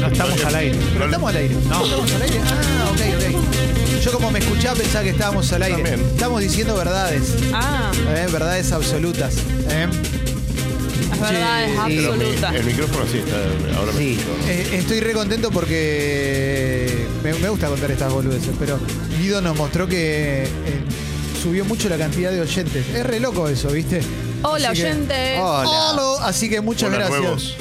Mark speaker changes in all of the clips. Speaker 1: No estamos al aire.
Speaker 2: No
Speaker 3: Pero
Speaker 2: le-
Speaker 3: estamos al aire.
Speaker 1: No.
Speaker 3: ¿Estamos al aire? Ah, ok, ok. Yo como me escuchaba pensaba que estábamos al aire.
Speaker 2: También.
Speaker 3: Estamos diciendo verdades,
Speaker 4: Ah,
Speaker 3: ¿eh? verdades absolutas. ¿eh?
Speaker 4: las verdades
Speaker 3: sí.
Speaker 2: Pero mi-
Speaker 4: absolutas.
Speaker 2: el micrófono sí está. Ahora me
Speaker 3: Sí,
Speaker 2: escucho.
Speaker 3: eh, estoy re contento porque eh, me, me gusta contar estas boludeces, pero Guido nos mostró que eh, subió mucho la cantidad de oyentes. Es re loco eso, ¿viste?
Speaker 4: Hola,
Speaker 3: Así que-
Speaker 4: oyentes.
Speaker 3: Hola. Así que muchas
Speaker 2: Hola,
Speaker 3: gracias.
Speaker 2: nuevos.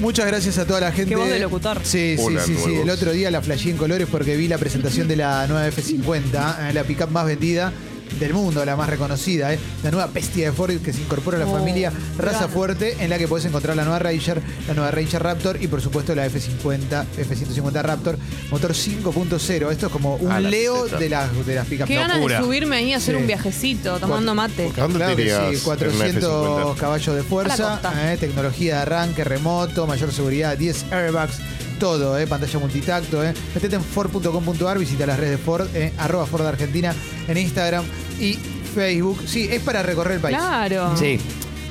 Speaker 3: Muchas gracias a toda la gente.
Speaker 4: Qué voz de locutor.
Speaker 3: Sí, sí,
Speaker 2: Hola,
Speaker 3: sí, sí.
Speaker 2: nuevos.
Speaker 3: El otro día la flasheé en colores porque vi la presentación de la nueva F50, eh, la pickup más vendida del mundo, la más reconocida, eh. la nueva bestia de Ford que se incorpora a la
Speaker 4: Oh,
Speaker 3: familia Raza
Speaker 4: claro.
Speaker 3: Fuerte, en la que podés encontrar la nueva Ranger, la nueva Ranger Raptor y por supuesto la F50, F150 Raptor, motor 5.0. Esto es como un
Speaker 2: Ah, la
Speaker 3: Leo
Speaker 2: piceta.
Speaker 3: de las de las pickups.
Speaker 4: Qué ganas de
Speaker 1: locura.
Speaker 4: subirme ahí a hacer
Speaker 3: Sí.
Speaker 4: un viajecito tomando mate.
Speaker 2: ¿A dónde
Speaker 3: Claro
Speaker 2: te
Speaker 3: que
Speaker 2: irías?
Speaker 3: sí,
Speaker 2: en una
Speaker 3: 400
Speaker 2: F50?
Speaker 3: caballos de fuerza,
Speaker 4: costa.
Speaker 3: eh, tecnología de arranque remoto, mayor seguridad, 10 airbags, todo, eh, pantalla multitacto. Eh. Metete en ford.com.ar, visita las redes de Ford, eh, arroba Ford Argentina en Instagram y Facebook. Sí, es para recorrer el país.
Speaker 4: Claro.
Speaker 1: Sí.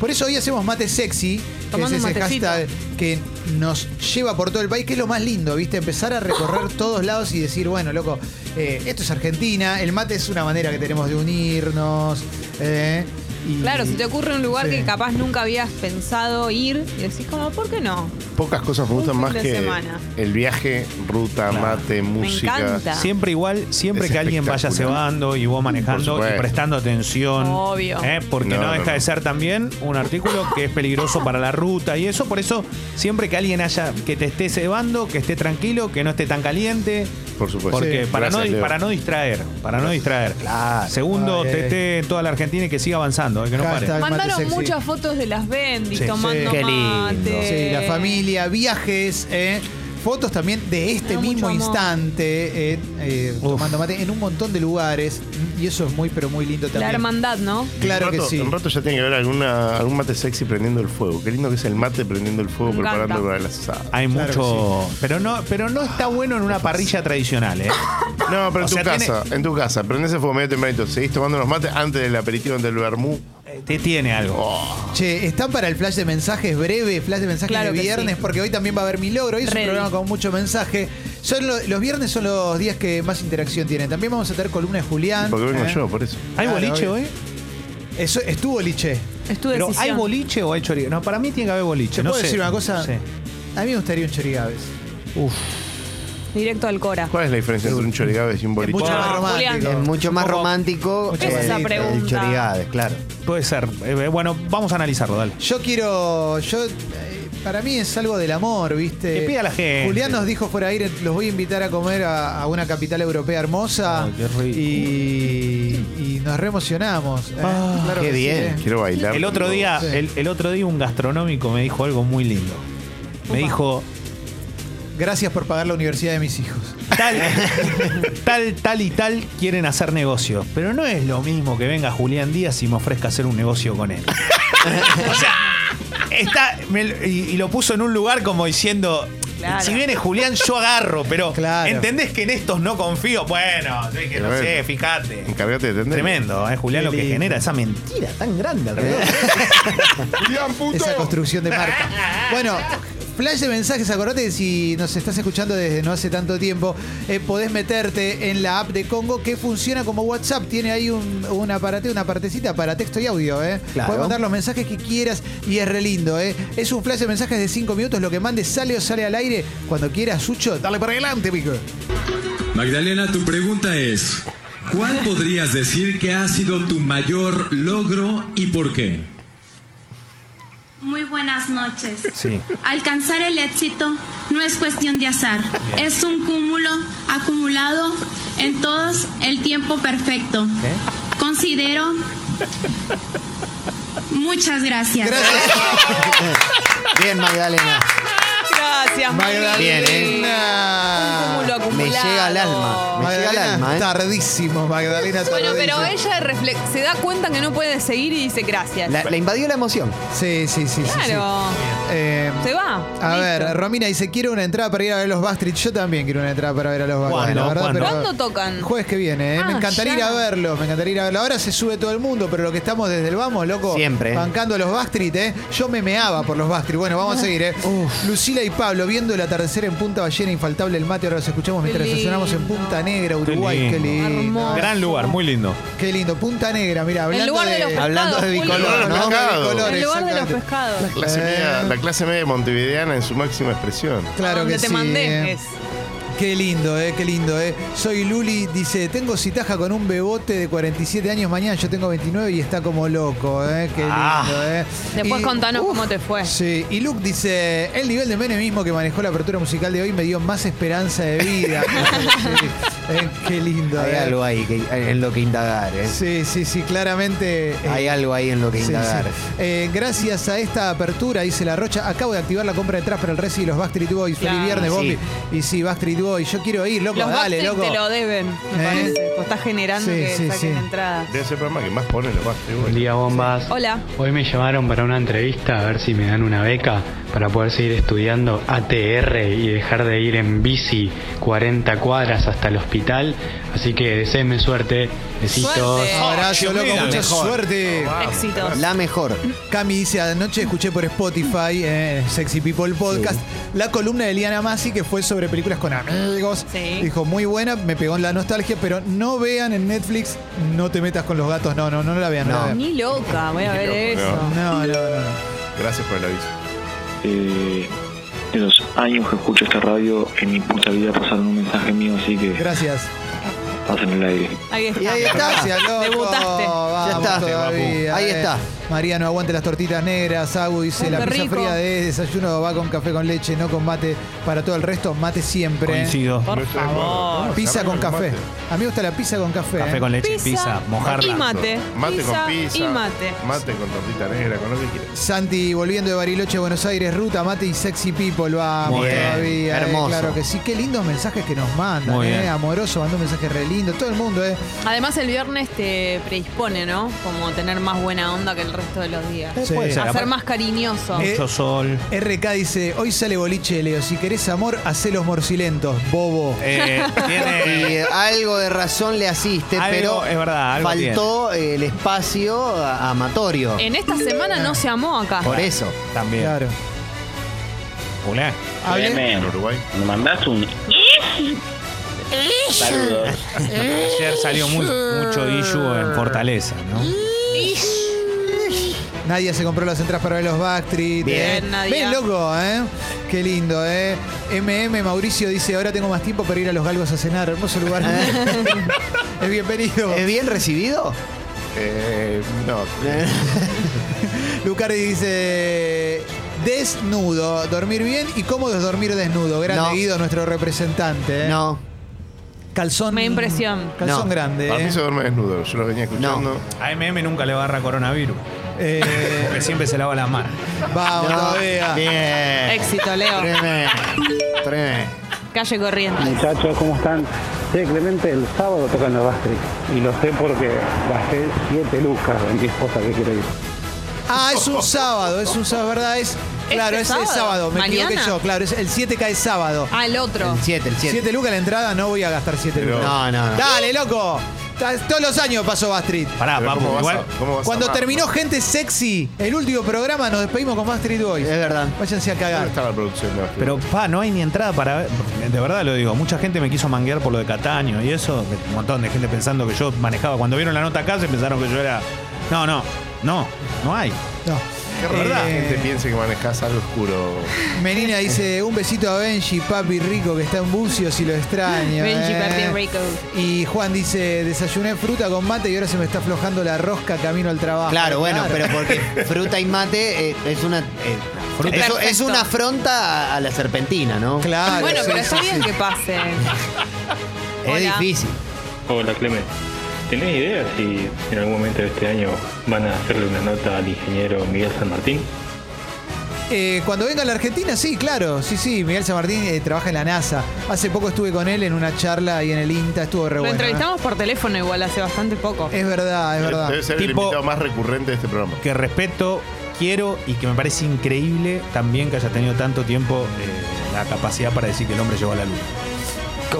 Speaker 3: Por eso hoy hacemos mate sexy, que es
Speaker 4: Tomando un
Speaker 3: ese
Speaker 4: matecito.
Speaker 3: hashtag que nos lleva por todo el país, que es lo más lindo, ¿viste? Empezar a recorrer todos lados y decir, bueno, loco, eh, esto es Argentina, el mate es una manera que tenemos de unirnos. eh, y-
Speaker 4: Claro, si te ocurre un lugar
Speaker 3: Sí.
Speaker 4: que capaz nunca habías pensado ir y decís como, ¿por qué no?
Speaker 2: Pocas cosas me
Speaker 4: Un
Speaker 2: gustan
Speaker 4: fin
Speaker 2: más
Speaker 4: de
Speaker 2: que
Speaker 4: semana.
Speaker 2: el viaje, ruta, mate, música.
Speaker 4: encanta.
Speaker 1: Siempre igual, siempre
Speaker 2: Es
Speaker 1: que alguien vaya
Speaker 2: espectacular.
Speaker 1: cebando y vos manejando y
Speaker 2: supuesto.
Speaker 1: prestando atención.
Speaker 4: Obvio.
Speaker 1: ¿eh? Porque no,
Speaker 2: No, no,
Speaker 1: deja de
Speaker 2: no.
Speaker 1: ser también un artículo que es peligroso para la ruta y eso. Por eso, siempre que alguien haya, que te esté cebando, que esté tranquilo, que no esté tan caliente.
Speaker 2: Por supuesto.
Speaker 1: Porque
Speaker 2: Sí.
Speaker 1: para,
Speaker 2: Gracias,
Speaker 1: no,
Speaker 2: Leo.
Speaker 1: para no distraer, para no distraer.
Speaker 3: Claro.
Speaker 1: Segundo,
Speaker 3: Ay, eh.
Speaker 1: te
Speaker 3: ay,
Speaker 1: esté en toda la Argentina y que siga avanzando, eh, que no pare.
Speaker 3: Hashtag. Ay, mate
Speaker 4: Mandaron
Speaker 3: sexy.
Speaker 4: muchas fotos de las Bendy
Speaker 1: Sí.
Speaker 4: tomando
Speaker 3: Sí.
Speaker 1: Qué lindo.
Speaker 4: mate.
Speaker 3: Sí, la familia, viajes, eh, fotos también de este
Speaker 4: Ah, mucho
Speaker 3: mismo
Speaker 4: amor.
Speaker 3: instante, eh, eh,
Speaker 1: Uf.
Speaker 3: tomando mate en un montón de lugares. Y eso es muy, pero muy lindo
Speaker 4: La
Speaker 3: también.
Speaker 4: hermandad, ¿no?
Speaker 3: Claro
Speaker 2: un rato,
Speaker 3: que sí.
Speaker 2: Un rato ya tiene que haber alguna, algún mate sexy prendiendo el fuego. Qué lindo que es el mate prendiendo el fuego,
Speaker 4: Me encanta.
Speaker 2: preparando para el asado.
Speaker 1: Hay
Speaker 3: Claro
Speaker 1: mucho. Pero no, pero no está bueno en una parrilla tradicional, ¿eh?
Speaker 2: No, pero en
Speaker 1: O
Speaker 2: tu
Speaker 1: sea, tiene-
Speaker 2: casa, en tu casa, prendés el fuego medio tempranito, seguís tomando los mates antes del aperitivo, antes del vermú.
Speaker 1: Eh, Te tiene algo.
Speaker 2: Oh,
Speaker 3: Che, ¿están para el flash de mensajes breve, flash de mensajes
Speaker 4: Claro
Speaker 3: de
Speaker 4: que
Speaker 3: viernes?
Speaker 4: sí.
Speaker 3: Porque hoy también va a haber mi logro. Hoy es
Speaker 4: Ready.
Speaker 3: un programa con mucho mensaje. Son lo- los viernes son los días que más interacción tienen. También vamos a tener columna de Julián.
Speaker 2: porque vengo
Speaker 3: ¿eh?
Speaker 2: yo, por eso.
Speaker 1: ¿Hay
Speaker 3: Claro,
Speaker 1: boliche
Speaker 3: obvio.
Speaker 1: hoy?
Speaker 3: Eso estuvo Liche.
Speaker 4: Es tu
Speaker 1: Pero
Speaker 4: decisión.
Speaker 1: ¿hay boliche o hay chorizo? No, para mí tiene que haber boliche.
Speaker 3: ¿Te
Speaker 1: no
Speaker 3: puedo
Speaker 1: sé.
Speaker 3: decir una cosa?
Speaker 1: No sé.
Speaker 3: A mí me gustaría un chorigaves.
Speaker 1: Uf.
Speaker 4: Directo al Cora.
Speaker 2: ¿Cuál es la diferencia entre un chorigabes y un
Speaker 3: Es
Speaker 2: boliche?
Speaker 3: mucho
Speaker 1: Bueno,
Speaker 3: más romántico.
Speaker 4: Julián.
Speaker 5: Es mucho más
Speaker 1: Supongo-
Speaker 5: romántico
Speaker 4: Esa es la
Speaker 5: el-
Speaker 4: pregunta.
Speaker 5: el Chorigades, claro.
Speaker 1: Puede ser. Eh, bueno, vamos a analizarlo, dale.
Speaker 3: Yo quiero. Yo, eh, para mí es algo del amor, ¿viste?
Speaker 1: Que pida la gente.
Speaker 3: Julián nos dijo fuera de aire, los voy a invitar a comer a, a una capital europea hermosa.
Speaker 1: Ay, qué rico.
Speaker 3: Y, y nos reemocionamos. ¿eh?
Speaker 1: Ah,
Speaker 3: que
Speaker 5: qué
Speaker 3: sí,
Speaker 5: bien.
Speaker 3: ¿eh?
Speaker 2: Quiero bailar.
Speaker 1: El otro
Speaker 2: con
Speaker 1: día,
Speaker 3: Sí.
Speaker 1: el, el otro día un gastronómico me dijo algo muy lindo. Me
Speaker 4: Upa.
Speaker 1: dijo,
Speaker 3: Gracias por pagar la universidad de mis hijos.
Speaker 1: tal, tal, tal y tal quieren hacer negocios. Pero no es lo mismo que venga Julián Díaz y me ofrezca hacer un negocio con él. o sea, está, me lo- y, y lo puso en un lugar como diciendo.
Speaker 4: Claro.
Speaker 1: Si viene Julián, yo agarro, pero
Speaker 3: Claro.
Speaker 1: entendés que en estos no confío. Bueno, sí que no
Speaker 2: Tremendo.
Speaker 1: sé, fíjate.
Speaker 2: vos. Encárgate de atender.
Speaker 1: Tremendo, ¿eh, Julián?
Speaker 3: Qué
Speaker 1: Lo que
Speaker 3: lindo. Eh.
Speaker 1: genera esa mentira tan grande alrededor.
Speaker 2: Julián, puto.
Speaker 3: Esa construcción de marca. Bueno, flash de mensajes, acordate que si nos estás escuchando desde no hace tanto tiempo, eh, podés meterte en la app de Congo que funciona como WhatsApp. Tiene ahí un, un aparate, una partecita para texto y audio, ¿eh?
Speaker 5: Claro.
Speaker 3: Podés mandar los mensajes que quieras y es re lindo, ¿eh? Es un flash de mensajes de 5 minutos, lo que mandes sale o sale al aire. Cuando quieras, Sucho, dale para adelante, pico.
Speaker 6: Magdalena, tu pregunta es, ¿cuál podrías decir que ha sido tu mayor logro y por qué?
Speaker 7: Muy buenas noches.
Speaker 1: Sí.
Speaker 7: Alcanzar el éxito no es cuestión de azar, es un cúmulo acumulado en todos el tiempo perfecto. Considero... Muchas gracias.
Speaker 3: Gracias,
Speaker 5: Bien, Magdalena.
Speaker 4: Gracias,
Speaker 3: Magdalena.
Speaker 5: Bien, ¿eh?
Speaker 3: ¿eh?
Speaker 4: Un cúmulo acumulado.
Speaker 5: Me llega al alma. Me llega al alma,
Speaker 3: Magdalena,
Speaker 5: ¿eh?
Speaker 3: tardísimo, Magdalena.
Speaker 4: Bueno,
Speaker 3: tardísimo.
Speaker 4: pero ella refle- se da cuenta que no puede seguir y dice gracias.
Speaker 5: La, la invadió la emoción.
Speaker 3: Sí, sí, sí, sí, sí.
Speaker 4: claro.
Speaker 3: Eh, eh,
Speaker 4: Se va.
Speaker 3: a
Speaker 4: Listo.
Speaker 3: ver, Romina dice, quiero una entrada para ir a ver los Backstreet. Yo también quiero una entrada para ver a los Backstreet, la
Speaker 1: ¿Cuándo?
Speaker 3: verdad.
Speaker 1: ¿Cuándo?
Speaker 3: pero-
Speaker 4: ¿Cuándo tocan?
Speaker 3: El jueves que viene, ¿eh?
Speaker 4: Ah,
Speaker 3: me encantaría
Speaker 4: ya.
Speaker 3: ir a verlos, me encantaría ir a verlos. Ahora se sube todo el mundo, pero lo que estamos desde el vamos, loco.
Speaker 5: Siempre.
Speaker 3: Bancando a los Backstreet, ¿eh? Yo me meaba por los Backstreet. Bueno, vamos a seguir, ¿eh? Lucila y Pablo viendo el atardecer en Punta Ballena, infaltable el mate. Ahora los escuchamos
Speaker 4: Qué
Speaker 3: mientras estacionamos en
Speaker 4: lindo.
Speaker 3: Punta Negra, Uruguay.
Speaker 1: lindo.
Speaker 3: Qué lindo.
Speaker 4: Hermoso.
Speaker 1: Gran lugar, muy lindo.
Speaker 3: Qué lindo. Punta Negra, mira, hablando
Speaker 4: El lugar de los pescados.
Speaker 5: hablando de
Speaker 4: Julio.
Speaker 5: bicolor, ¿no?
Speaker 2: Pescado.
Speaker 3: bicolores,
Speaker 4: El lugar de los
Speaker 3: exactamente.
Speaker 4: pescados.
Speaker 2: La clase,
Speaker 3: Eh.
Speaker 2: media, la clase media montevideana en su máxima expresión.
Speaker 3: Claro
Speaker 4: Donde
Speaker 3: que
Speaker 4: te
Speaker 3: sí,
Speaker 4: mandé.
Speaker 3: ¿eh?
Speaker 4: es.
Speaker 3: Qué lindo, eh, qué lindo, eh. Soy Luli, dice, tengo citaja con un bebote de 47 años mañana, yo tengo 29 y está como loco, eh. Qué lindo,
Speaker 1: Ah.
Speaker 3: eh.
Speaker 4: Después
Speaker 3: Y-
Speaker 4: contanos
Speaker 3: uf,
Speaker 4: cómo te fue.
Speaker 3: Sí, y Luke dice, el nivel de menemismo que manejó la apertura musical de hoy me dio más esperanza de vida. Sí, eh, qué lindo,
Speaker 5: Hay
Speaker 3: eh.
Speaker 5: algo ahí que, en lo que indagar, ¿eh?
Speaker 3: Sí, sí, sí, claramente. eh,
Speaker 5: Hay algo ahí en lo que
Speaker 3: Sí,
Speaker 5: indagar.
Speaker 3: sí. Eh, gracias a esta apertura, dice La Rocha, acabo de activar la compra de atrás para el Resi y los Backstreet Boys.
Speaker 4: Claro.
Speaker 3: Feliz viernes,
Speaker 5: Sí.
Speaker 3: Bombi. Y sí, Backstreet Boys, yo quiero ir, loco,
Speaker 4: Los
Speaker 3: dale,
Speaker 4: Backstreet
Speaker 3: loco.
Speaker 4: te lo deben, me
Speaker 3: ¿Eh?
Speaker 4: parece. Vos estás generando
Speaker 3: Sí,
Speaker 4: que
Speaker 3: sí,
Speaker 4: saquen
Speaker 3: sí.
Speaker 4: entradas.
Speaker 2: Debe ser el programa que más eh, pone los Backstreet Boys.
Speaker 8: Buen día, bombas.
Speaker 4: Hola.
Speaker 8: Hoy me llamaron para una entrevista a ver si me dan una beca para poder seguir estudiando ATR y dejar de ir en bici 40 cuadras hasta el hospital. Así que deseenme suerte. Besitos.
Speaker 4: Suerte.
Speaker 3: Abrazo,
Speaker 1: Oh,
Speaker 3: loco,
Speaker 1: Chimena,
Speaker 3: mucha
Speaker 1: mejor.
Speaker 3: suerte.
Speaker 2: Ah,
Speaker 4: Éxitos.
Speaker 5: La mejor.
Speaker 3: Cami dice, anoche escuché por Spotify, eh, Sexy People Podcast, la columna de Liana Masi que fue sobre películas con amigos.
Speaker 4: Sí.
Speaker 3: Dijo, muy buena, me pegó en la nostalgia, pero no vean en Netflix, no te metas con los gatos, no, no, no la vean. No, la vean.
Speaker 4: Ni loca, voy a ver
Speaker 2: loca,
Speaker 4: eso.
Speaker 3: no, no. no, no.
Speaker 2: Gracias por el aviso.
Speaker 9: Eh, de los años que escucho esta radio, en mi puta vida pasaron un mensaje mío, así que
Speaker 3: Gracias.
Speaker 9: pasen el aire.
Speaker 4: Ahí está.
Speaker 5: Y ahí está.
Speaker 3: Gracias, loco.
Speaker 4: Debutaste.
Speaker 3: Vamos
Speaker 5: Ya está.
Speaker 3: todavía,
Speaker 5: Ahí
Speaker 3: eh.
Speaker 5: está.
Speaker 3: María no aguante las tortitas negras. Agu dice,
Speaker 4: Uy,
Speaker 3: la
Speaker 4: qué
Speaker 3: pizza
Speaker 4: rico.
Speaker 3: fría de desayuno va con café con leche, no con mate. Para todo el resto, mate siempre. ¿eh?
Speaker 1: Coincido.
Speaker 4: Por
Speaker 2: No estoy de acuerdo.
Speaker 4: favor.
Speaker 2: No,
Speaker 3: Pizza
Speaker 2: cerrame
Speaker 3: con café.
Speaker 2: mate.
Speaker 3: A mí me gusta la pizza con café.
Speaker 1: Café
Speaker 3: eh.
Speaker 1: con leche, pizza, mojarla.
Speaker 4: Y mate.
Speaker 2: Mate con pizza.
Speaker 4: Y mate.
Speaker 2: Mate con tortita negra, con lo que quieras.
Speaker 3: Santi volviendo de Bariloche a Buenos Aires, ruta, mate y sexy people. Vamos
Speaker 1: Muy bien,
Speaker 3: todavía. eh,
Speaker 5: hermoso.
Speaker 3: claro que sí. Qué lindos mensajes que nos mandan.
Speaker 1: Muy
Speaker 3: eh.
Speaker 1: bien.
Speaker 3: Amoroso mandó un mensaje re lindo. Todo el mundo, ¿eh?
Speaker 4: Además el viernes te predispone, ¿no? Como tener más buena onda que el resto de los días.
Speaker 1: Eh,
Speaker 3: Sí.
Speaker 1: puede ser,
Speaker 4: A ser
Speaker 1: aparte,
Speaker 4: más cariñoso.
Speaker 3: Eh,
Speaker 1: Mucho sol.
Speaker 3: RK dice, hoy sale boliche, Leo. Si querés amor, hacé los morcilentos, bobo.
Speaker 1: Eh,
Speaker 5: Y
Speaker 1: tiene-
Speaker 5: algo de razón le asiste,
Speaker 1: Algo,
Speaker 5: pero
Speaker 1: es verdad, algo
Speaker 5: faltó el espacio a- amatorio.
Speaker 4: En esta semana no se amó acá.
Speaker 5: Por eso.
Speaker 1: También.
Speaker 3: Claro.
Speaker 1: Hola.
Speaker 3: Hable-
Speaker 2: En Uruguay.
Speaker 9: ¿me mandaste un saludo?
Speaker 1: Ayer salió muy- mucho Guillo en Fortaleza, ¿no?
Speaker 3: Nadie se compró las entradas para ver los Backstreet.
Speaker 4: Bien,
Speaker 3: ¿eh?
Speaker 4: Nadia.
Speaker 3: Ven, loco, ¿eh? Qué lindo, ¿eh? MM Mauricio dice, ahora tengo más tiempo para ir a los galgos a cenar. Hermoso lugar. es bienvenido.
Speaker 5: ¿Es bien recibido?
Speaker 2: Eh, no.
Speaker 3: Lucardi dice, desnudo, dormir bien y cómodo es dormir desnudo. Gran
Speaker 5: No.
Speaker 3: Guido, nuestro representante. ¿eh?
Speaker 5: No.
Speaker 3: Calzón.
Speaker 4: Me impresión.
Speaker 3: Calzón
Speaker 5: No.
Speaker 3: grande.
Speaker 2: Para
Speaker 3: ¿eh?
Speaker 2: mí se duerme desnudo. Yo los venía escuchando.
Speaker 1: A MM nunca le barra coronavirus.
Speaker 3: Eh,
Speaker 1: Porque siempre se lava las manos.
Speaker 3: vamos
Speaker 5: No.
Speaker 3: todavía.
Speaker 5: Bien.
Speaker 4: Éxito, Leo.
Speaker 5: Tremendo. Tremendo.
Speaker 4: Calle corriente.
Speaker 10: Muchachos, ¿cómo están? Sí, Clemente, el sábado tocan los Bastrix. Y lo sé porque gasté 7 lucas en mi esposa que quiere ir.
Speaker 3: Ah, es un sábado, es un sábado, ¿verdad? Es, claro, es
Speaker 4: ¿Este sábado?
Speaker 3: el sábado, me equivoqué
Speaker 4: ¿Mañana?
Speaker 3: yo, claro, es, el 7 cae sábado.
Speaker 4: Ah, el otro.
Speaker 5: El 7, el 7.
Speaker 3: 7 lucas la entrada, no voy a gastar 7
Speaker 2: Pero-
Speaker 3: lucas.
Speaker 5: No, no, no.
Speaker 3: Dale, loco. Ta- Todos los años pasó Bastrit.
Speaker 1: Pará,
Speaker 2: Pero ¿cómo
Speaker 1: Ah, papu,
Speaker 2: vas
Speaker 1: igual.
Speaker 2: a- cómo vas a
Speaker 3: Cuando
Speaker 2: amar?
Speaker 3: terminó Gente Sexy, el último programa, nos despedimos con Bastrit Boys.
Speaker 5: Es verdad.
Speaker 3: Váyanse a
Speaker 2: ¿Dónde
Speaker 3: cagar.
Speaker 2: está la producción de Backstreet
Speaker 1: Pero, pa, no hay ni entrada para ver. De verdad lo digo. Mucha gente me quiso manguear por lo de Cataño y eso. Un montón de gente pensando que yo manejaba. Cuando vieron la nota acá, se pensaron que yo era. No, no, no, no hay.
Speaker 3: No.
Speaker 2: Qué raro que la
Speaker 3: Eh,
Speaker 2: gente piense que manejás algo oscuro.
Speaker 3: Menina dice, un besito a Benji, papi rico, que está en bucios y lo extraño.
Speaker 4: Benji,
Speaker 3: eh.
Speaker 4: papi rico.
Speaker 3: Y Juan dice, desayuné fruta con mate y ahora se me está aflojando la rosca camino al trabajo.
Speaker 5: Claro, bueno, pero porque fruta y mate eh, es una eh, fruta-
Speaker 4: Es
Speaker 5: eso- es
Speaker 4: perfecto.
Speaker 5: una afronta a, a la serpentina, ¿no?
Speaker 3: Claro.
Speaker 4: Bueno,
Speaker 3: Ah, sí,
Speaker 4: pero
Speaker 3: sí,
Speaker 4: está bien que pase.
Speaker 5: Es
Speaker 4: Hola.
Speaker 5: difícil.
Speaker 10: Hola, Clemente. ¿Tenés idea si en algún momento de este año van a hacerle una nota al ingeniero Miguel San Martín?
Speaker 3: Eh, cuando venga a la Argentina, sí, claro. Sí, sí, Miguel San Martín eh, trabaja en la NASA. Hace poco estuve con él en una charla y en el INTA, estuvo re
Speaker 4: Lo
Speaker 3: bueno,
Speaker 4: entrevistamos por teléfono igual hace bastante poco.
Speaker 3: ¿eh? Es verdad, es verdad.
Speaker 2: Debe ser el
Speaker 1: Tipo-
Speaker 2: invitado más recurrente de este programa.
Speaker 1: Que respeto quiero y que me parece increíble también que haya tenido tanto tiempo eh, la capacidad para decir que el hombre llegó a la luna.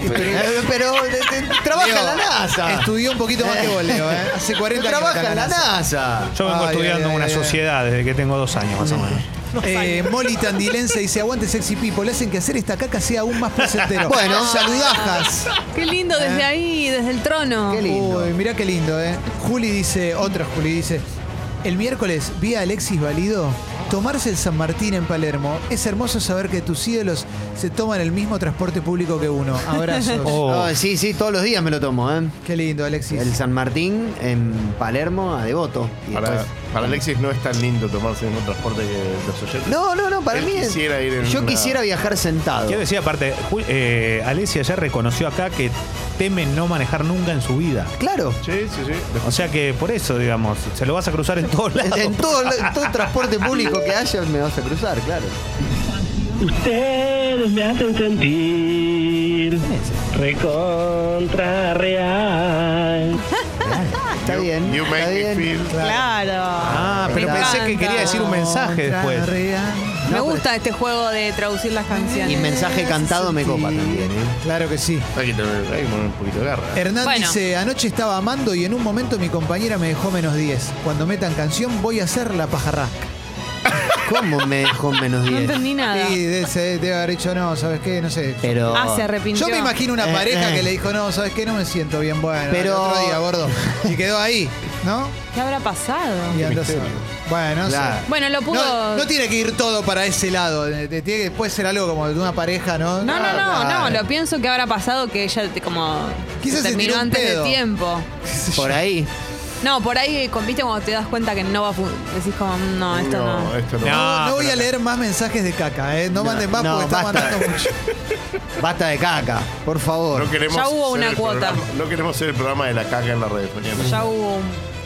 Speaker 5: Pero, Eh, pero, de- de- trabaja
Speaker 3: Leo,
Speaker 5: en la NASA.
Speaker 3: Estudió un poquito más que vos, Leo, ¿eh? Hace 40 años
Speaker 5: Trabaja
Speaker 3: que
Speaker 5: en
Speaker 3: está
Speaker 5: la
Speaker 3: en la
Speaker 5: NASA.
Speaker 1: Yo vengo
Speaker 3: Ay,
Speaker 1: estudiando
Speaker 3: ay,
Speaker 1: una
Speaker 3: ay, ay.
Speaker 1: sociedad desde que tengo dos años más o menos.
Speaker 3: Eh, Molly Tandilense dice, aguante sexy people, le hacen que hacer esta caca sea aún más placentero.
Speaker 5: Bueno.
Speaker 3: saludajas.
Speaker 4: Qué lindo desde
Speaker 3: Eh.
Speaker 4: ahí, desde el trono.
Speaker 5: Qué lindo.
Speaker 3: Uy, mirá qué lindo, ¿eh? Juli dice, otra Juli dice, el miércoles vi a Alexis Valido tomarse el San Martín en Palermo. Es hermoso saber que tus ídolos se toman el mismo transporte público que uno. Abrazos.
Speaker 1: Oh.
Speaker 5: No, sí, sí, todos los días me lo tomo, ¿eh?
Speaker 3: Qué lindo, Alexis.
Speaker 5: El San Martín en Palermo a Devoto. Y
Speaker 2: Para,
Speaker 5: después-
Speaker 2: para Alexis no es tan lindo tomarse en un transporte que los oyentes.
Speaker 5: No, no, no, para
Speaker 2: Él
Speaker 5: mí es.
Speaker 2: quisiera ir en
Speaker 5: yo
Speaker 2: una-
Speaker 5: quisiera viajar sentado.
Speaker 1: Quiero decir, aparte, Ju- eh, Alessia ya reconoció acá que teme no manejar nunca en su vida.
Speaker 5: Claro.
Speaker 2: Sí, sí, sí.
Speaker 1: O sea que por eso, digamos, se lo vas a cruzar en todos lados.
Speaker 5: En todo, en todo transporte público que haya me vas a cruzar, claro.
Speaker 10: Ustedes me hacen sentir recontra real.
Speaker 5: Está bien.
Speaker 2: You
Speaker 5: está
Speaker 2: make me
Speaker 5: bien.
Speaker 2: feel.
Speaker 4: Claro.
Speaker 1: Ah, pero
Speaker 4: Me
Speaker 1: pensé que
Speaker 4: encanta.
Speaker 1: quería decir un mensaje después.
Speaker 4: Me gusta este juego de traducir las
Speaker 5: Y
Speaker 4: canciones.
Speaker 5: mensaje cantado me copa también, ¿eh?
Speaker 3: Claro que sí.
Speaker 2: Hay que tener hay que poner un poquito de garra.
Speaker 3: Hernán
Speaker 4: Bueno.
Speaker 3: dice, anoche estaba amando y en un momento mi compañera me dejó menos 10. Cuando metan canción voy a hacer la pajarrasca.
Speaker 5: ¿Cómo me dejó menos
Speaker 4: No
Speaker 5: 10?
Speaker 4: entendí nada.
Speaker 3: Y de- se debe haber dicho, no, ¿sabes qué? No sé.
Speaker 5: Pero.
Speaker 4: Ah, se arrepintió.
Speaker 3: Yo me imagino una
Speaker 5: Eh,
Speaker 3: pareja
Speaker 5: eh.
Speaker 3: que le dijo, no, ¿sabes qué? No me siento bien, bueno,
Speaker 5: Pero-
Speaker 3: el otro día, gordo. Y quedó ahí, ¿no?
Speaker 4: ¿Qué habrá pasado?
Speaker 3: Y andó solo. Bueno, no sé.
Speaker 5: Claro.
Speaker 4: Bueno, lo pudo.
Speaker 3: No, no tiene que ir todo para ese lado. eh, Tiene que, puede ser algo como de una pareja, ¿no?
Speaker 4: No, no, no,
Speaker 3: Ah,
Speaker 4: no, lo pienso que habrá pasado que ella te- como
Speaker 3: Quizás se
Speaker 4: terminó
Speaker 3: tiró un
Speaker 4: antes
Speaker 3: pedo.
Speaker 4: de tiempo.
Speaker 5: Por ahí.
Speaker 4: No, por ahí con- viste cuando te das cuenta que no va a fu- decís como mm, no, esto no.
Speaker 2: no, esto no.
Speaker 1: No.
Speaker 3: No, no voy
Speaker 1: pero-
Speaker 3: a leer más mensajes de caca, ¿eh? No, manden más
Speaker 5: no,
Speaker 3: porque está
Speaker 5: basta.
Speaker 3: mandando mucho.
Speaker 5: Basta de caca, por favor.
Speaker 2: No queremos
Speaker 4: Ya hubo
Speaker 2: ser
Speaker 4: una
Speaker 2: el
Speaker 4: cuota.
Speaker 2: programa- no queremos ser el programa de la caca en la red.
Speaker 4: Ya hubo un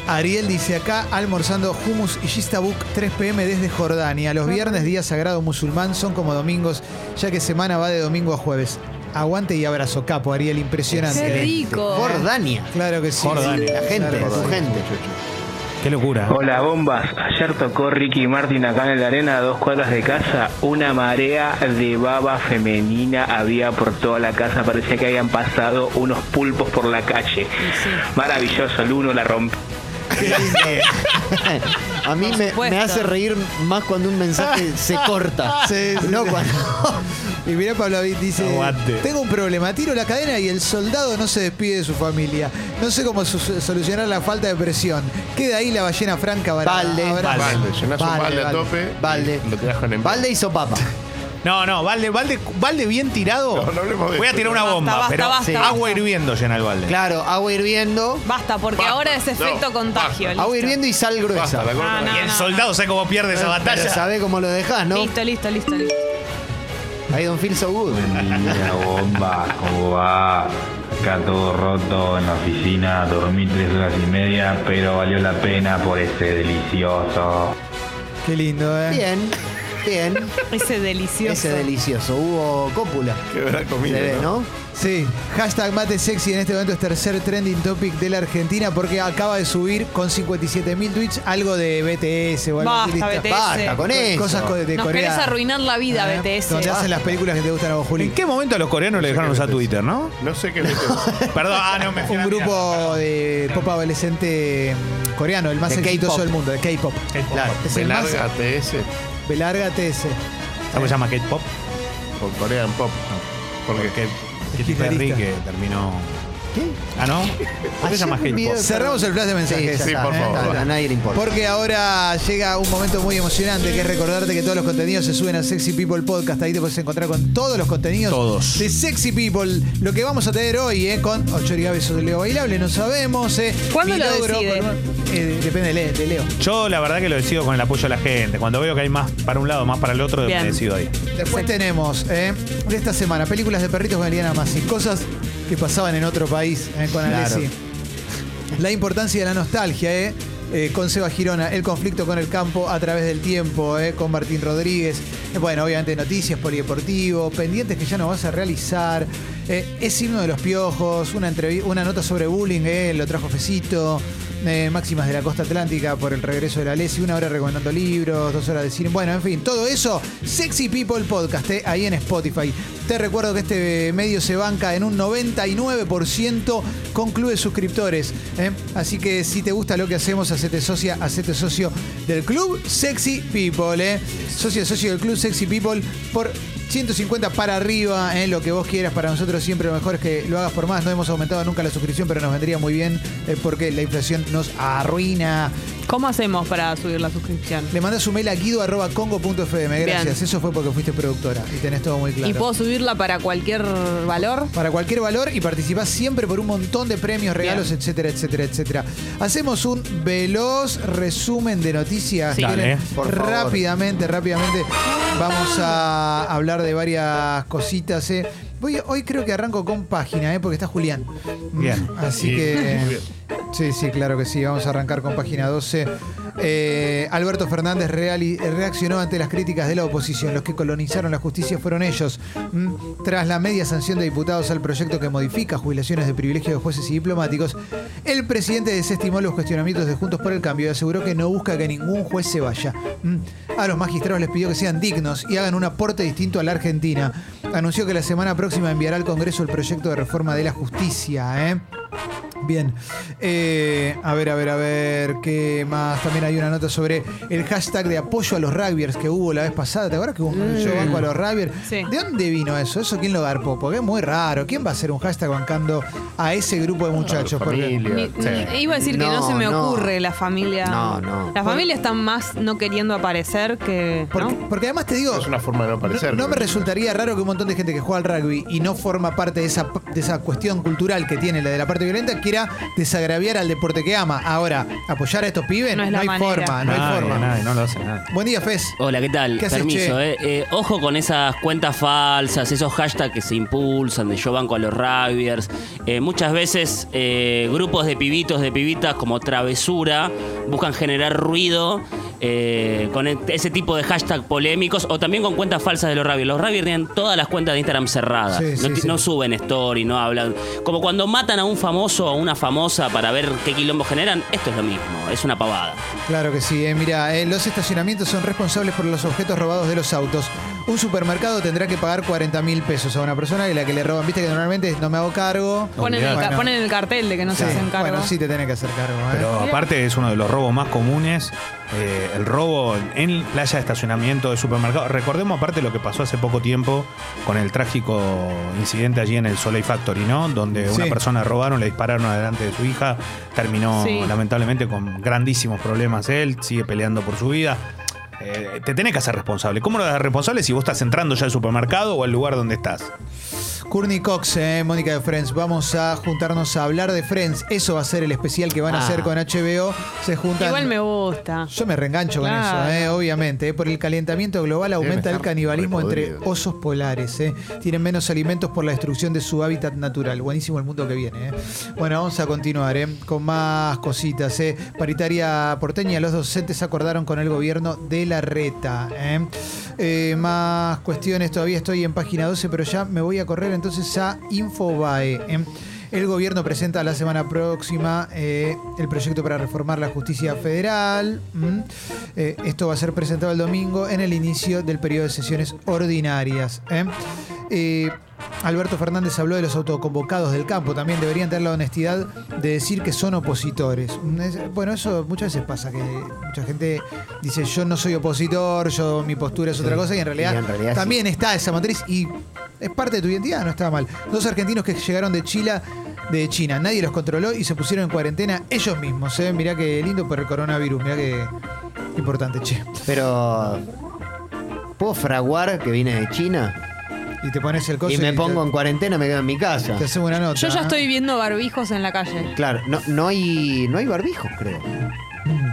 Speaker 3: Ariel dice acá, almorzando hummus y gistabuk 3 pm desde Jordania. Los viernes, día sagrado musulmán, son como domingos, ya que semana va de domingo a jueves. Aguante y abrazo, capo, Ariel, impresionante.
Speaker 4: qué rico.
Speaker 5: Jordania.
Speaker 3: Claro que sí.
Speaker 1: Jordania.
Speaker 5: La gente,
Speaker 3: Claro que
Speaker 5: su
Speaker 3: sí.
Speaker 5: gente.
Speaker 1: Qué locura.
Speaker 10: Hola bombas, ayer tocó Ricky Martin acá en la arena a dos cuadras de casa, una marea de baba femenina había por toda la casa, parecía que habían pasado unos pulpos por la calle. Maravilloso, el uno la rompió.
Speaker 5: A mí me,
Speaker 4: supuesto.
Speaker 5: me hace reír más cuando un mensaje se corta.
Speaker 3: Sí, sí.
Speaker 5: No cuando.
Speaker 3: Y mirá, Pablo David dice:
Speaker 1: Aguante.
Speaker 3: Tengo un problema, tiro la cadena y el soldado no se despide de su familia. No sé cómo su- solucionar la falta de presión. Queda ahí la ballena franca varada.
Speaker 5: Balde,
Speaker 3: Abrazo.
Speaker 2: Balde, llenás un
Speaker 5: Balde,
Speaker 2: balde a
Speaker 5: balde.
Speaker 2: tope. y
Speaker 5: Balde.
Speaker 2: Lo tirás con envidia.
Speaker 5: Valde hizo papa.
Speaker 1: No, no, balde, balde, balde bien tirado.
Speaker 2: No, no hablemos de
Speaker 1: Voy a
Speaker 2: esto,
Speaker 1: tirar una
Speaker 4: Basta,
Speaker 1: bomba,
Speaker 4: basta,
Speaker 1: pero
Speaker 4: basta,
Speaker 1: sí.
Speaker 4: basta.
Speaker 1: agua hirviendo llena el balde.
Speaker 5: Claro, agua hirviendo.
Speaker 4: Basta, porque
Speaker 2: Basta,
Speaker 4: ahora es
Speaker 2: no,
Speaker 4: efecto contagio. listo.
Speaker 5: Agua hirviendo y sal gruesa.
Speaker 2: Basta, la corta.
Speaker 4: Ah, no,
Speaker 1: Y el
Speaker 4: no, no.
Speaker 1: soldado sabe cómo pierde esa
Speaker 5: Pero
Speaker 1: batalla.
Speaker 5: sabe cómo lo dejas, ¿no?
Speaker 4: Listo, listo, listo, listo.
Speaker 5: I don't feel so good.
Speaker 11: Mira, bomba, ¿cómo va? Acá todo roto en la oficina, dormí tres horas y media, pero valió la pena por ese delicioso.
Speaker 3: Qué lindo, ¿eh?
Speaker 5: Bien, bien.
Speaker 4: Ese delicioso.
Speaker 5: Ese delicioso. Hubo cópula.
Speaker 2: Que habrá
Speaker 5: Se
Speaker 2: comido,
Speaker 5: ve,
Speaker 2: ¿no?
Speaker 5: ¿no?
Speaker 3: Sí, hashtag mate sexy en este momento es tercer trending topic de la Argentina porque acaba de subir con 57.000 tweets algo de BTS o algo así,
Speaker 4: Basta,
Speaker 3: ¿viste?
Speaker 4: BTS.
Speaker 5: Basta con eso.
Speaker 3: Cosas co- de
Speaker 4: Nos
Speaker 3: Corea.
Speaker 4: querés arruinar la vida,
Speaker 3: ¿eh?
Speaker 4: BTS.
Speaker 3: Donde hacen las películas que te gustan a vos, Juli.
Speaker 1: ¿En qué momento a los coreanos le dejaron usar Twitter, no?
Speaker 2: No sé qué es
Speaker 1: Perdón, ah, no me fui a
Speaker 3: Un
Speaker 1: la mierda.
Speaker 3: grupo de pop adolescente mm, coreano, el más
Speaker 5: De
Speaker 3: exitoso
Speaker 5: K-pop.
Speaker 3: del mundo, de K-pop.
Speaker 1: Claro.
Speaker 3: Es el más.
Speaker 2: Pelárgate ese
Speaker 3: Belárgate ese.
Speaker 1: ¿Cómo se llama K-pop?
Speaker 2: por Corean Pop. Porque
Speaker 1: Porque Katy
Speaker 3: guitarrista.
Speaker 1: Perry que terminó.
Speaker 5: ¿Qué?
Speaker 1: Ah, ¿no? ¿Por qué se llama
Speaker 5: Ayer vi un
Speaker 1: K-pop?
Speaker 5: video-
Speaker 3: Cerramos el flash de mensajes.
Speaker 5: ya
Speaker 2: Sí,
Speaker 5: está,
Speaker 2: por
Speaker 5: ya
Speaker 2: favor.
Speaker 5: está, A nadie le importa.
Speaker 3: Porque ahora llega un momento muy emocionante que es recordarte que todos los contenidos se suben a Sexy People Podcast. Ahí te puedes encontrar con todos los contenidos
Speaker 1: Todos.
Speaker 3: de Sexy People. Lo que vamos a tener hoy eh, con Ochori Gaves o Leo Bailable, no sabemos. Eh,
Speaker 4: ¿Cuándo lo
Speaker 3: Milagro,
Speaker 4: decide?
Speaker 3: con- eh, depende de Le- de Leo.
Speaker 1: Yo la verdad que lo decido con el apoyo de la gente. Cuando veo que hay más para un lado, más para el otro,
Speaker 4: Bien.
Speaker 1: me decido ahí.
Speaker 3: Después tenemos eh, de esta semana películas de perritos con Eliana Massi, cosas que pasaban en otro país eh, con
Speaker 5: Claro.
Speaker 3: Alessi. La importancia de la nostalgia, eh, eh, con Seba Girona, el conflicto con el campo a través del tiempo, eh, con Martín Rodríguez, Bueno, obviamente noticias polideportivo, pendientes que ya no vas a realizar. eh, es himno de los piojos, una, entrevi- una nota sobre bullying, eh, lo trajo Fecito. eh, máximas de la costa atlántica por el regreso de la Lesi, una hora recomendando libros, dos horas de cine. Bueno, en fin, todo eso, Sexy People Podcast, eh, ahí en Spotify. Te recuerdo que este medio se banca en un 99% con clubes suscriptores. eh. Así que si te gusta lo que hacemos, hacete socia, hacete socio del club Sexy People. eh. Socio, socio del club Sexy People por 150 para arriba, eh, lo que vos quieras. Para nosotros siempre lo mejor es que lo hagas por más. No hemos aumentado nunca la suscripción, pero nos vendría muy bien eh, porque la inflación nos arruina.
Speaker 4: ¿Cómo hacemos para subir la suscripción?
Speaker 3: Le mandas un mail a guido.congo.fm. Gracias.
Speaker 4: Bien.
Speaker 3: Eso fue porque fuiste productora y tenés todo muy claro.
Speaker 4: ¿Y puedo subirla para cualquier valor?
Speaker 3: Para cualquier valor y participás siempre por un montón de premios, regalos, etcétera, etcétera, etcétera. Hacemos un veloz resumen de noticias.
Speaker 1: Sí. Dale.
Speaker 3: ¿Quieren?
Speaker 1: Por favor.
Speaker 3: Rápidamente, rápidamente. Vamos a hablar de varias cositas. eh. Voy- hoy creo que arranco con página, eh, porque está Julián.
Speaker 1: Bien.
Speaker 3: Así que. Sí, sí, claro que sí. Vamos a arrancar con página 12. Eh, Alberto Fernández reali- reaccionó ante las críticas de la oposición. Los que colonizaron la justicia fueron ellos. Mm, Tras la media sanción de diputados al proyecto que modifica jubilaciones de privilegio de jueces y diplomáticos, el presidente desestimó los cuestionamientos de Juntos por el Cambio y aseguró que no busca que ningún juez se vaya. Mm, A los magistrados les pidió que sean dignos y hagan un aporte distinto a la Argentina. Anunció que la semana próxima enviará al Congreso el proyecto de reforma de la justicia. ¿eh? Bien. Eh, a ver, a ver, a ver. ¿Qué más? También hay una nota sobre el hashtag de apoyo a los rugbyers que hubo la vez pasada. ¿Te acuerdas que hubo un yo banco a los rugbyers? ¿De dónde vino eso? ¿Eso quién lo garpó? Porque es muy raro. ¿Quién va a hacer un hashtag bancando a ese grupo de muchachos? Porque-
Speaker 4: Ni- ni- Iba a decir que no se me ocurre la familia.
Speaker 3: No, no.
Speaker 4: La familia está más no queriendo aparecer que. ¿no?
Speaker 3: Porque además te digo.
Speaker 2: Es una forma de no
Speaker 3: No,
Speaker 2: parecer.
Speaker 3: no me resultaría raro que un montón de gente que juega al rugby y no forma parte de esa, de esa cuestión cultural que tiene la de la parte violenta quiera desagraviar al deporte que ama. Ahora, apoyar a estos pibes no,
Speaker 4: No es la
Speaker 3: hay
Speaker 4: manera.
Speaker 3: forma, no hay
Speaker 1: Nadie,
Speaker 3: forma.
Speaker 1: nadie, no lo hace nadie.
Speaker 3: Buen día, Fez.
Speaker 12: Hola, ¿qué tal?
Speaker 3: ¿Qué haces,
Speaker 12: Permiso,
Speaker 3: che?
Speaker 12: eh. Eh, Ojo con esas cuentas falsas, esos hashtags que se impulsan de yo banco a los rugbyers. Eh, muchas veces eh, grupos de pibitos, de pibitas como travesura, buscan generar ruido eh, con e- ese tipo de hashtag polémicos o también con cuentas falsas de los rugbyers. Los rugbyers tienen todas las cuentas de Instagram cerradas.
Speaker 13: Sí,
Speaker 12: no,
Speaker 13: sí,
Speaker 12: ti-
Speaker 13: sí.
Speaker 12: no suben story, no hablan. Como cuando matan a un famoso o a una famosa para ver qué quilombo generan, esto es lo mismo, es una pavada.
Speaker 3: Claro que sí, eh, mira, eh, los estacionamientos son responsables por los objetos robados de los autos. Un supermercado tendrá que pagar 40 mil pesos a una persona y la que le roban, viste que normalmente es, no me hago cargo.
Speaker 4: Ponen, el, ca-
Speaker 3: Bueno,
Speaker 4: ponen el cartel de que no se
Speaker 3: sí.
Speaker 4: hacen cargo.
Speaker 3: Bueno, sí te tenés que hacer cargo. ¿eh?
Speaker 1: Pero aparte es uno de los robos más comunes. eh, el robo en playa de estacionamiento de supermercado. Recordemos aparte lo que pasó hace poco tiempo con el trágico incidente allí en el Soleil Factory, ¿no? Donde una
Speaker 3: Sí.
Speaker 1: persona robaron, le dispararon adelante de su hija, terminó
Speaker 3: Sí.
Speaker 1: lamentablemente con grandísimos problemas él, sigue peleando por su vida. Eh, te tenés que hacer responsable. ¿Cómo lo das responsable si vos estás entrando ya al supermercado o al lugar donde estás?
Speaker 3: Courtney Cox, eh, Mónica de Friends. Vamos a juntarnos a hablar de Friends. Eso va a ser el especial que van a
Speaker 4: Ah.
Speaker 3: hacer con HBO. Se juntan.
Speaker 4: Igual me gusta.
Speaker 3: Yo me reengancho con
Speaker 4: Claro.
Speaker 3: eso, eh, obviamente. eh. Por el calentamiento global aumenta el
Speaker 4: estar
Speaker 3: canibalismo entre
Speaker 4: repodrido.
Speaker 3: osos polares. eh. Tienen menos alimentos por la destrucción de su hábitat natural. Buenísimo el mundo que viene. eh. Bueno, vamos a continuar eh, con más cositas. eh. Paritaria porteña, los docentes acordaron con el gobierno de la reta. eh. Eh, más cuestiones, todavía estoy en página 12, pero ya me voy a correr entonces a Infobae. eh. El gobierno presenta la semana próxima eh, el proyecto para reformar la justicia federal. Mm. Eh, esto va a ser presentado el domingo en el inicio del periodo de sesiones ordinarias. ¿eh? Eh, Alberto Fernández habló de los autoconvocados del campo. También deberían tener la honestidad de decir que son opositores. Mm, es- bueno, eso muchas veces pasa, que mucha gente dice yo no soy opositor, yo mi postura es otra
Speaker 5: Sí,
Speaker 3: cosa y en realidad,
Speaker 5: y en realidad sí.
Speaker 3: también está esa matriz y es parte de tu identidad, no está mal. Dos argentinos que llegaron de Chile, de China, nadie los controló y se pusieron en cuarentena ellos mismos. ¿eh? Mirá qué lindo por el coronavirus, mirá qué importante, che.
Speaker 5: Pero. ¿Puedo fraguar que vine de China?
Speaker 3: Y te pones el coso
Speaker 5: Y me
Speaker 3: y
Speaker 5: pongo
Speaker 3: te-
Speaker 5: en cuarentena, me quedo en mi casa.
Speaker 3: Te hacemos una nota. ¿eh?
Speaker 4: Yo ya estoy viendo barbijos en la calle.
Speaker 5: Claro, no, no hay, no hay barbijos, creo.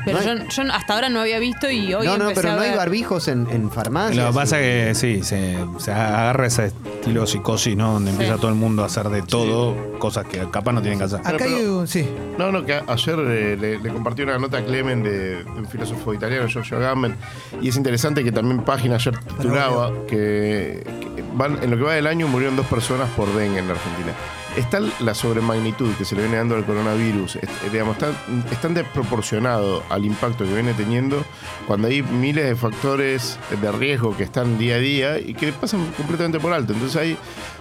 Speaker 4: Pero yo, yo hasta ahora no había visto y hoy
Speaker 5: no, no,
Speaker 4: empecé
Speaker 5: pero
Speaker 4: a
Speaker 5: no hay
Speaker 4: ver.
Speaker 5: barbijos en, en farmacias.
Speaker 1: Lo que pasa que sí, se, se agarra ese estilo psicosis, ¿no?
Speaker 4: eh,
Speaker 1: Donde empieza todo el mundo a hacer de todo, cosas que capaz no tienen que hacer.
Speaker 2: Acá hay
Speaker 3: un. Sí.
Speaker 2: No, no, que a- ayer eh, le, le compartí una nota a Clemen de, de un filósofo italiano, Giorgio Agamben, y es interesante que también Página ayer titulaba que, que van, en lo que va del año murieron dos personas por dengue en la Argentina. Está la sobremagnitud que se le viene dando al coronavirus, es, eh, digamos, está- es tan desproporcionado al impacto que viene teniendo cuando hay miles de factores de riesgo que están día a día y que pasan completamente por alto. Entonces hay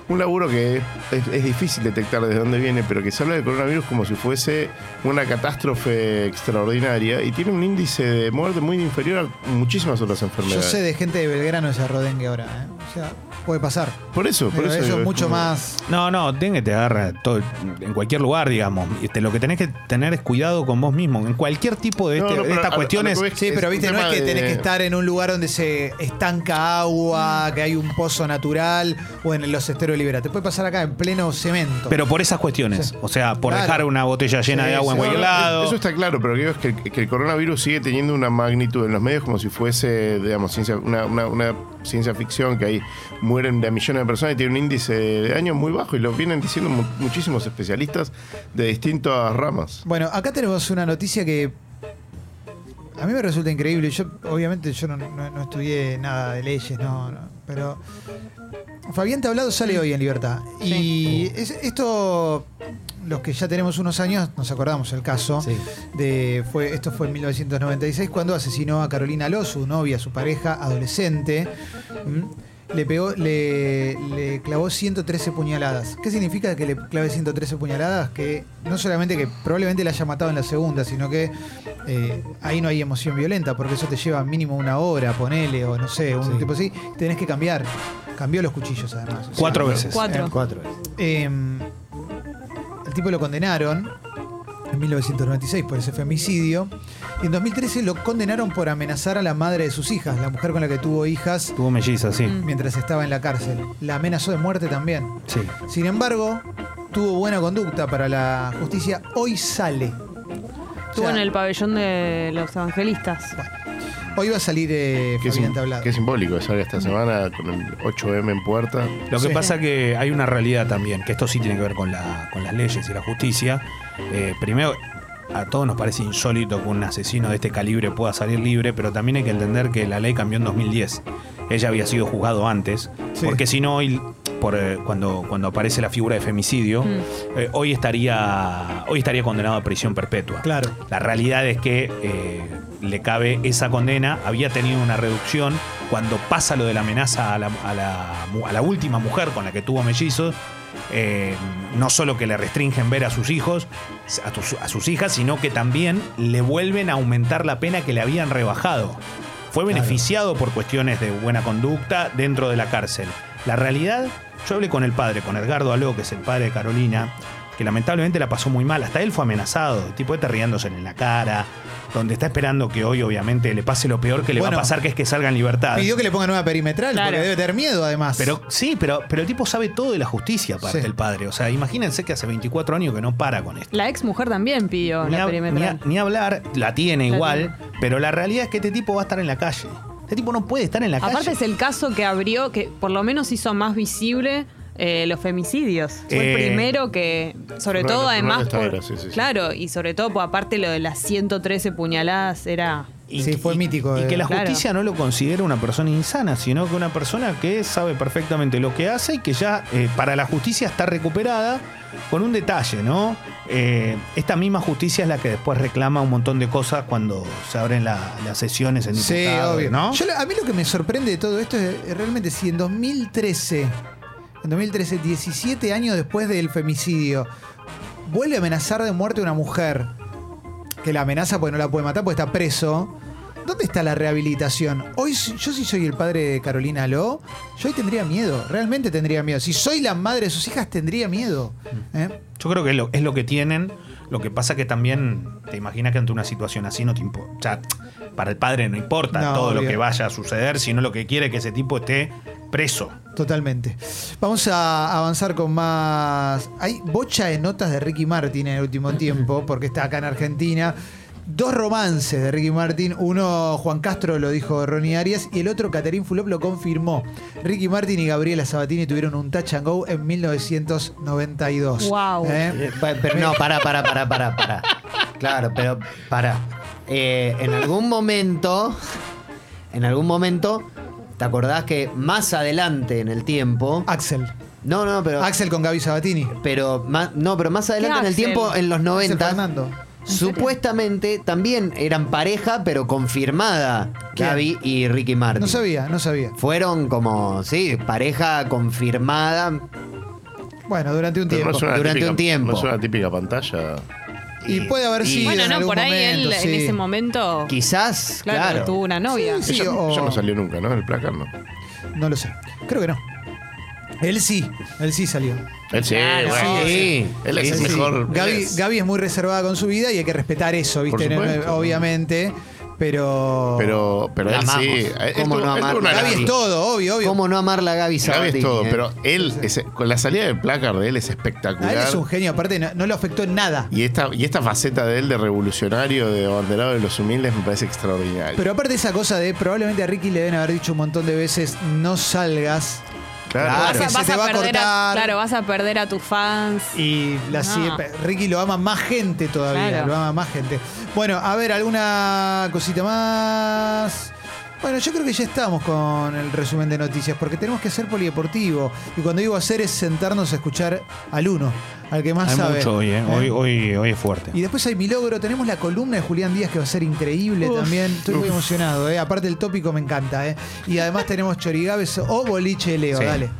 Speaker 2: un laburo que es, es difícil detectar desde dónde viene, pero que se habla del coronavirus como si fuese una catástrofe extraordinaria y tiene un índice de muerte muy inferior a muchísimas otras
Speaker 3: Yo
Speaker 2: enfermedades.
Speaker 3: sé de gente de Belgrano esa rodengue ahora. ¿eh? O sea, puede pasar.
Speaker 2: Por eso, por
Speaker 3: Pero
Speaker 2: eso. digo,
Speaker 3: es mucho
Speaker 2: como-
Speaker 3: más.
Speaker 1: No, no, tiene que te agarra todo, en cualquier lugar, digamos. Este, lo que tenés que tener es cuidado con vos mismo. En cualquier tipo de,
Speaker 2: No,
Speaker 1: este-
Speaker 2: no,
Speaker 1: de
Speaker 2: pero a- a
Speaker 1: estas
Speaker 2: lo
Speaker 1: cuestiones.
Speaker 2: que voy es
Speaker 3: Sí, pero
Speaker 2: un
Speaker 3: viste, no es
Speaker 2: tema
Speaker 3: que
Speaker 2: de-
Speaker 3: tenés que estar en un lugar donde se estanca agua, que hay un pozo natural o en los esteros liberados. Te puede pasar acá en pleno cemento.
Speaker 1: Pero por esas cuestiones. O sea, por
Speaker 3: Claro.
Speaker 1: dejar una botella llena
Speaker 2: Sí,
Speaker 1: de agua
Speaker 2: sí.
Speaker 1: en cualquier
Speaker 2: No, no,
Speaker 1: lado.
Speaker 2: Eso está claro, pero creo es que, que el coronavirus sigue teniendo una magnitud en los medios como si fuese, digamos, ciencia, una, una- una ciencia ficción que ahí mueren de a millones de personas y tiene un índice de daño muy bajo y lo vienen diciendo mu- muchísimos especialistas de distintas ramas.
Speaker 3: Bueno, acá tenemos una noticia que a mí me resulta increíble. Yo, obviamente, yo no, no- no estudié nada de leyes, no, no, pero Fabián Tablado sale hoy en Libertad. Y es- esto, los que ya tenemos unos años, nos acordamos el caso. De, fue, esto fue en 1996, cuando asesinó a Carolina Ló, su novia, su pareja, adolescente. ¿Mm? Le, pegó, le, le clavó 113 puñaladas. ¿Qué significa que le clave 113 puñaladas? Que no solamente que probablemente la haya matado en la segunda, sino que eh, ahí no hay emoción violenta, porque eso te lleva mínimo una hora, ponele, o no sé, un tipo así. Tenés que cambiar. Cambió los cuchillos además. O sea,
Speaker 1: Cuatro veces.
Speaker 4: Cuatro.
Speaker 5: Cuatro veces.
Speaker 3: eh, el tipo lo condenaron en 1996 por ese femicidio. Y en 2013 lo condenaron por amenazar a la madre de sus hijas, la mujer con la que tuvo hijas
Speaker 1: Tuvo mellizas, sí.
Speaker 3: mientras estaba en la cárcel. La amenazó de muerte también.
Speaker 1: Sí.
Speaker 3: Sin embargo, tuvo buena conducta para la justicia. Hoy sale.
Speaker 4: Estuvo en el pabellón de los evangelistas.
Speaker 3: Hoy va a salir eh,
Speaker 2: Qué,
Speaker 3: Fabián
Speaker 2: sim-
Speaker 3: Tablado.
Speaker 2: qué simbólico, salga esta semana con el 8M en puerta.
Speaker 1: Lo que
Speaker 3: Sí.
Speaker 1: pasa que hay una realidad también, que esto sí tiene que ver con, la, con las leyes y la justicia. Eh, primero, a todos nos parece insólito que un asesino de este calibre pueda salir libre, pero también hay que entender que la ley cambió en 2010. Ella había sido juzgado antes,
Speaker 3: Sí.
Speaker 1: porque si no, hoy, por, eh, cuando, cuando aparece la figura de
Speaker 3: Mm.
Speaker 1: femicidio, eh, hoy, estaría, hoy estaría condenado a prisión perpetua.
Speaker 3: Claro.
Speaker 1: La realidad es que eh, le cabe esa condena. Había tenido una reducción cuando pasa lo de la amenaza a la, a la mu- a la última mujer con la que tuvo mellizos. eh, no solo que le restringen ver a sus hijos, a, tus- a sus hijas, sino que también le vuelven a aumentar la pena que le habían rebajado. Fue beneficiado por cuestiones de buena conducta dentro de la cárcel. La realidad, yo hablé con el padre, con Edgardo Aló, que es el padre de Carolina, que lamentablemente la pasó muy mal. Hasta él fue amenazado, el tipo está riéndosele en la cara, donde está esperando que hoy, obviamente, le pase lo peor que le va
Speaker 3: Bueno.
Speaker 1: a pasar, que es que salga en libertad.
Speaker 3: Pidió que le pongan una perimetral,
Speaker 4: Claro.
Speaker 3: porque debe tener miedo además.
Speaker 1: Pero sí, pero, pero el tipo sabe todo de la justicia, aparte
Speaker 3: Sí.
Speaker 1: el padre. O sea, imagínense que hace 24 años que no para con esto.
Speaker 4: La ex mujer también pidió
Speaker 1: Ni,
Speaker 4: la
Speaker 1: hab- ni
Speaker 4: perimetral.
Speaker 1: ha- ni hablar, la tiene
Speaker 4: La
Speaker 1: igual, pero la realidad es que este tipo va a estar en la calle. Este tipo no puede estar en la
Speaker 4: Aparte
Speaker 1: calle.
Speaker 4: es el caso que abrió, que por lo menos hizo más visible eh, los femicidios. Fue el
Speaker 1: Eh,
Speaker 4: primero que, sobre
Speaker 2: Fernández,
Speaker 4: todo además...
Speaker 2: Fernández
Speaker 4: por-
Speaker 2: Tavera, sí, sí, sí.
Speaker 4: Claro, y sobre todo, pues, aparte lo de las 113 puñaladas era...
Speaker 1: Y-
Speaker 3: sí, fue
Speaker 1: y-
Speaker 3: mítico.
Speaker 1: Y
Speaker 3: eh.
Speaker 1: que la
Speaker 4: Claro.
Speaker 1: justicia no lo considera una persona insana, sino que una persona que sabe perfectamente lo que hace y que ya eh, para la justicia está recuperada con un detalle, ¿no? Eh, esta misma justicia es la que después reclama un montón de cosas cuando se abren la- las sesiones en
Speaker 3: Sí,
Speaker 1: diputados,
Speaker 3: obvio.
Speaker 1: ¿no?
Speaker 3: Yo lo- a mí lo que me sorprende de todo esto es eh, realmente si en 2013, en 2013, 17 años después del femicidio, vuelve a amenazar de muerte a una mujer que la amenaza porque no la puede matar porque está preso. ¿Dónde está la rehabilitación? Hoy, si- yo si soy el padre de Carolina Lo, yo hoy tendría miedo, realmente tendría miedo. Si soy la madre de sus hijas, tendría miedo. ¿eh?
Speaker 1: Yo creo que es lo, es lo que tienen. Lo que pasa que también te imaginas que ante una situación así no te importa. O sea, para el padre no importa
Speaker 3: No,
Speaker 1: todo lo
Speaker 3: obvio.
Speaker 1: que vaya a suceder, sino lo que quiere es que ese tipo esté preso.
Speaker 3: Totalmente. Vamos a avanzar con más. Hay bocha de notas de Ricky Martin en el último tiempo, porque está acá en Argentina. dos romances de Ricky Martin. Uno, Juan Castro lo dijo Ronnie Arias, y el otro, Caterín Fulop, lo confirmó. Ricky Martin y Gabriela Sabatini tuvieron un touch and go en 1992.
Speaker 4: Wow.
Speaker 3: ¿Eh?
Speaker 5: Pe- Pero no, para, para, para, para, para. Claro, pero para. Eh, en algún momento, en algún momento, ¿te acordás que más adelante en el tiempo?
Speaker 3: Axel.
Speaker 5: No, no, pero.
Speaker 3: Axel con Gaby Sabatini.
Speaker 5: Pero más, no, pero más adelante en el
Speaker 3: Axel?
Speaker 5: tiempo, en los
Speaker 3: Axel
Speaker 5: 90.
Speaker 3: Fernando.
Speaker 5: Supuestamente también eran pareja, pero confirmada
Speaker 3: ¿Quién?
Speaker 5: Gaby y Ricky Martin.
Speaker 3: No sabía, no sabía.
Speaker 5: Fueron como, sí, pareja confirmada.
Speaker 3: Bueno, durante un
Speaker 2: Pero
Speaker 3: tiempo.
Speaker 2: no es una
Speaker 5: Durante
Speaker 2: típica-
Speaker 5: un tiempo.
Speaker 2: No es una típica pantalla.
Speaker 3: Y puede haber sido.
Speaker 4: Bueno,
Speaker 3: en
Speaker 4: no,
Speaker 3: algún
Speaker 4: por ahí
Speaker 3: momento,
Speaker 4: él en
Speaker 3: sí.
Speaker 4: ese momento.
Speaker 5: Quizás,
Speaker 4: Oh. Claro,
Speaker 5: claro.
Speaker 4: tuvo una novia.
Speaker 3: Sí,
Speaker 2: ella,
Speaker 3: o-
Speaker 2: ella no salió nunca, ¿no? En el placar, ¿no?
Speaker 3: No lo sé. Creo que no. Él sí, él sí salió.
Speaker 2: Él sí,
Speaker 3: Claro,
Speaker 2: bueno,
Speaker 5: sí.
Speaker 2: Él es
Speaker 3: Él
Speaker 2: el
Speaker 3: sí.
Speaker 2: mejor. él
Speaker 3: Gaby,
Speaker 2: es-
Speaker 3: Gaby es muy reservada con su vida y hay que respetar eso, ¿viste? No, no,
Speaker 2: supuesto.
Speaker 3: Obviamente. Pero.
Speaker 2: Pero, pero
Speaker 5: La
Speaker 2: él
Speaker 5: amamos.
Speaker 2: sí. eh, Él
Speaker 5: ¿Cómo
Speaker 2: tuvo-
Speaker 5: no
Speaker 2: él tuvo
Speaker 5: amarla?
Speaker 2: una
Speaker 3: Gaby es
Speaker 2: gran-
Speaker 3: todo, obvio, obvio.
Speaker 5: ¿Cómo no amarla Gaby
Speaker 2: Gaby
Speaker 5: Sabatini?
Speaker 2: es todo,
Speaker 5: eh?
Speaker 2: pero él, es- con la salida del placar de él es espectacular.
Speaker 3: A él es un genio, aparte no, no lo afectó en nada.
Speaker 2: Y esta, y esta faceta de él de revolucionario, de abanderado de los humildes, me parece extraordinaria.
Speaker 3: Pero aparte esa cosa de probablemente a Ricky le deben haber dicho un montón de veces, no salgas.
Speaker 2: claro.
Speaker 3: Porque
Speaker 4: Vas a,
Speaker 3: se
Speaker 4: vas
Speaker 3: te
Speaker 4: a
Speaker 3: va a
Speaker 4: perder a,
Speaker 3: cortar.
Speaker 4: claro, vas a perder a tus fans.
Speaker 3: Y la
Speaker 4: No.
Speaker 3: sigue pe- Ricky lo ama más gente todavía,
Speaker 4: Claro.
Speaker 3: lo ama más gente. Bueno, a ver, alguna cosita más. Bueno, yo creo que ya estamos con el resumen de noticias, porque tenemos que hacer polideportivo. Y cuando digo hacer es sentarnos a escuchar al uno, al que más
Speaker 1: Hay
Speaker 3: sabe.
Speaker 1: mucho hoy, ¿eh? Hoy, hoy, hoy es fuerte.
Speaker 3: Y después hay mi logro, tenemos la columna de Julián Díaz que va a ser increíble también. Estoy muy emocionado, ¿eh? aparte el tópico me encanta. ¿eh? Y además tenemos Chorigaves o Boliche Leo,
Speaker 1: Sí.
Speaker 3: dale.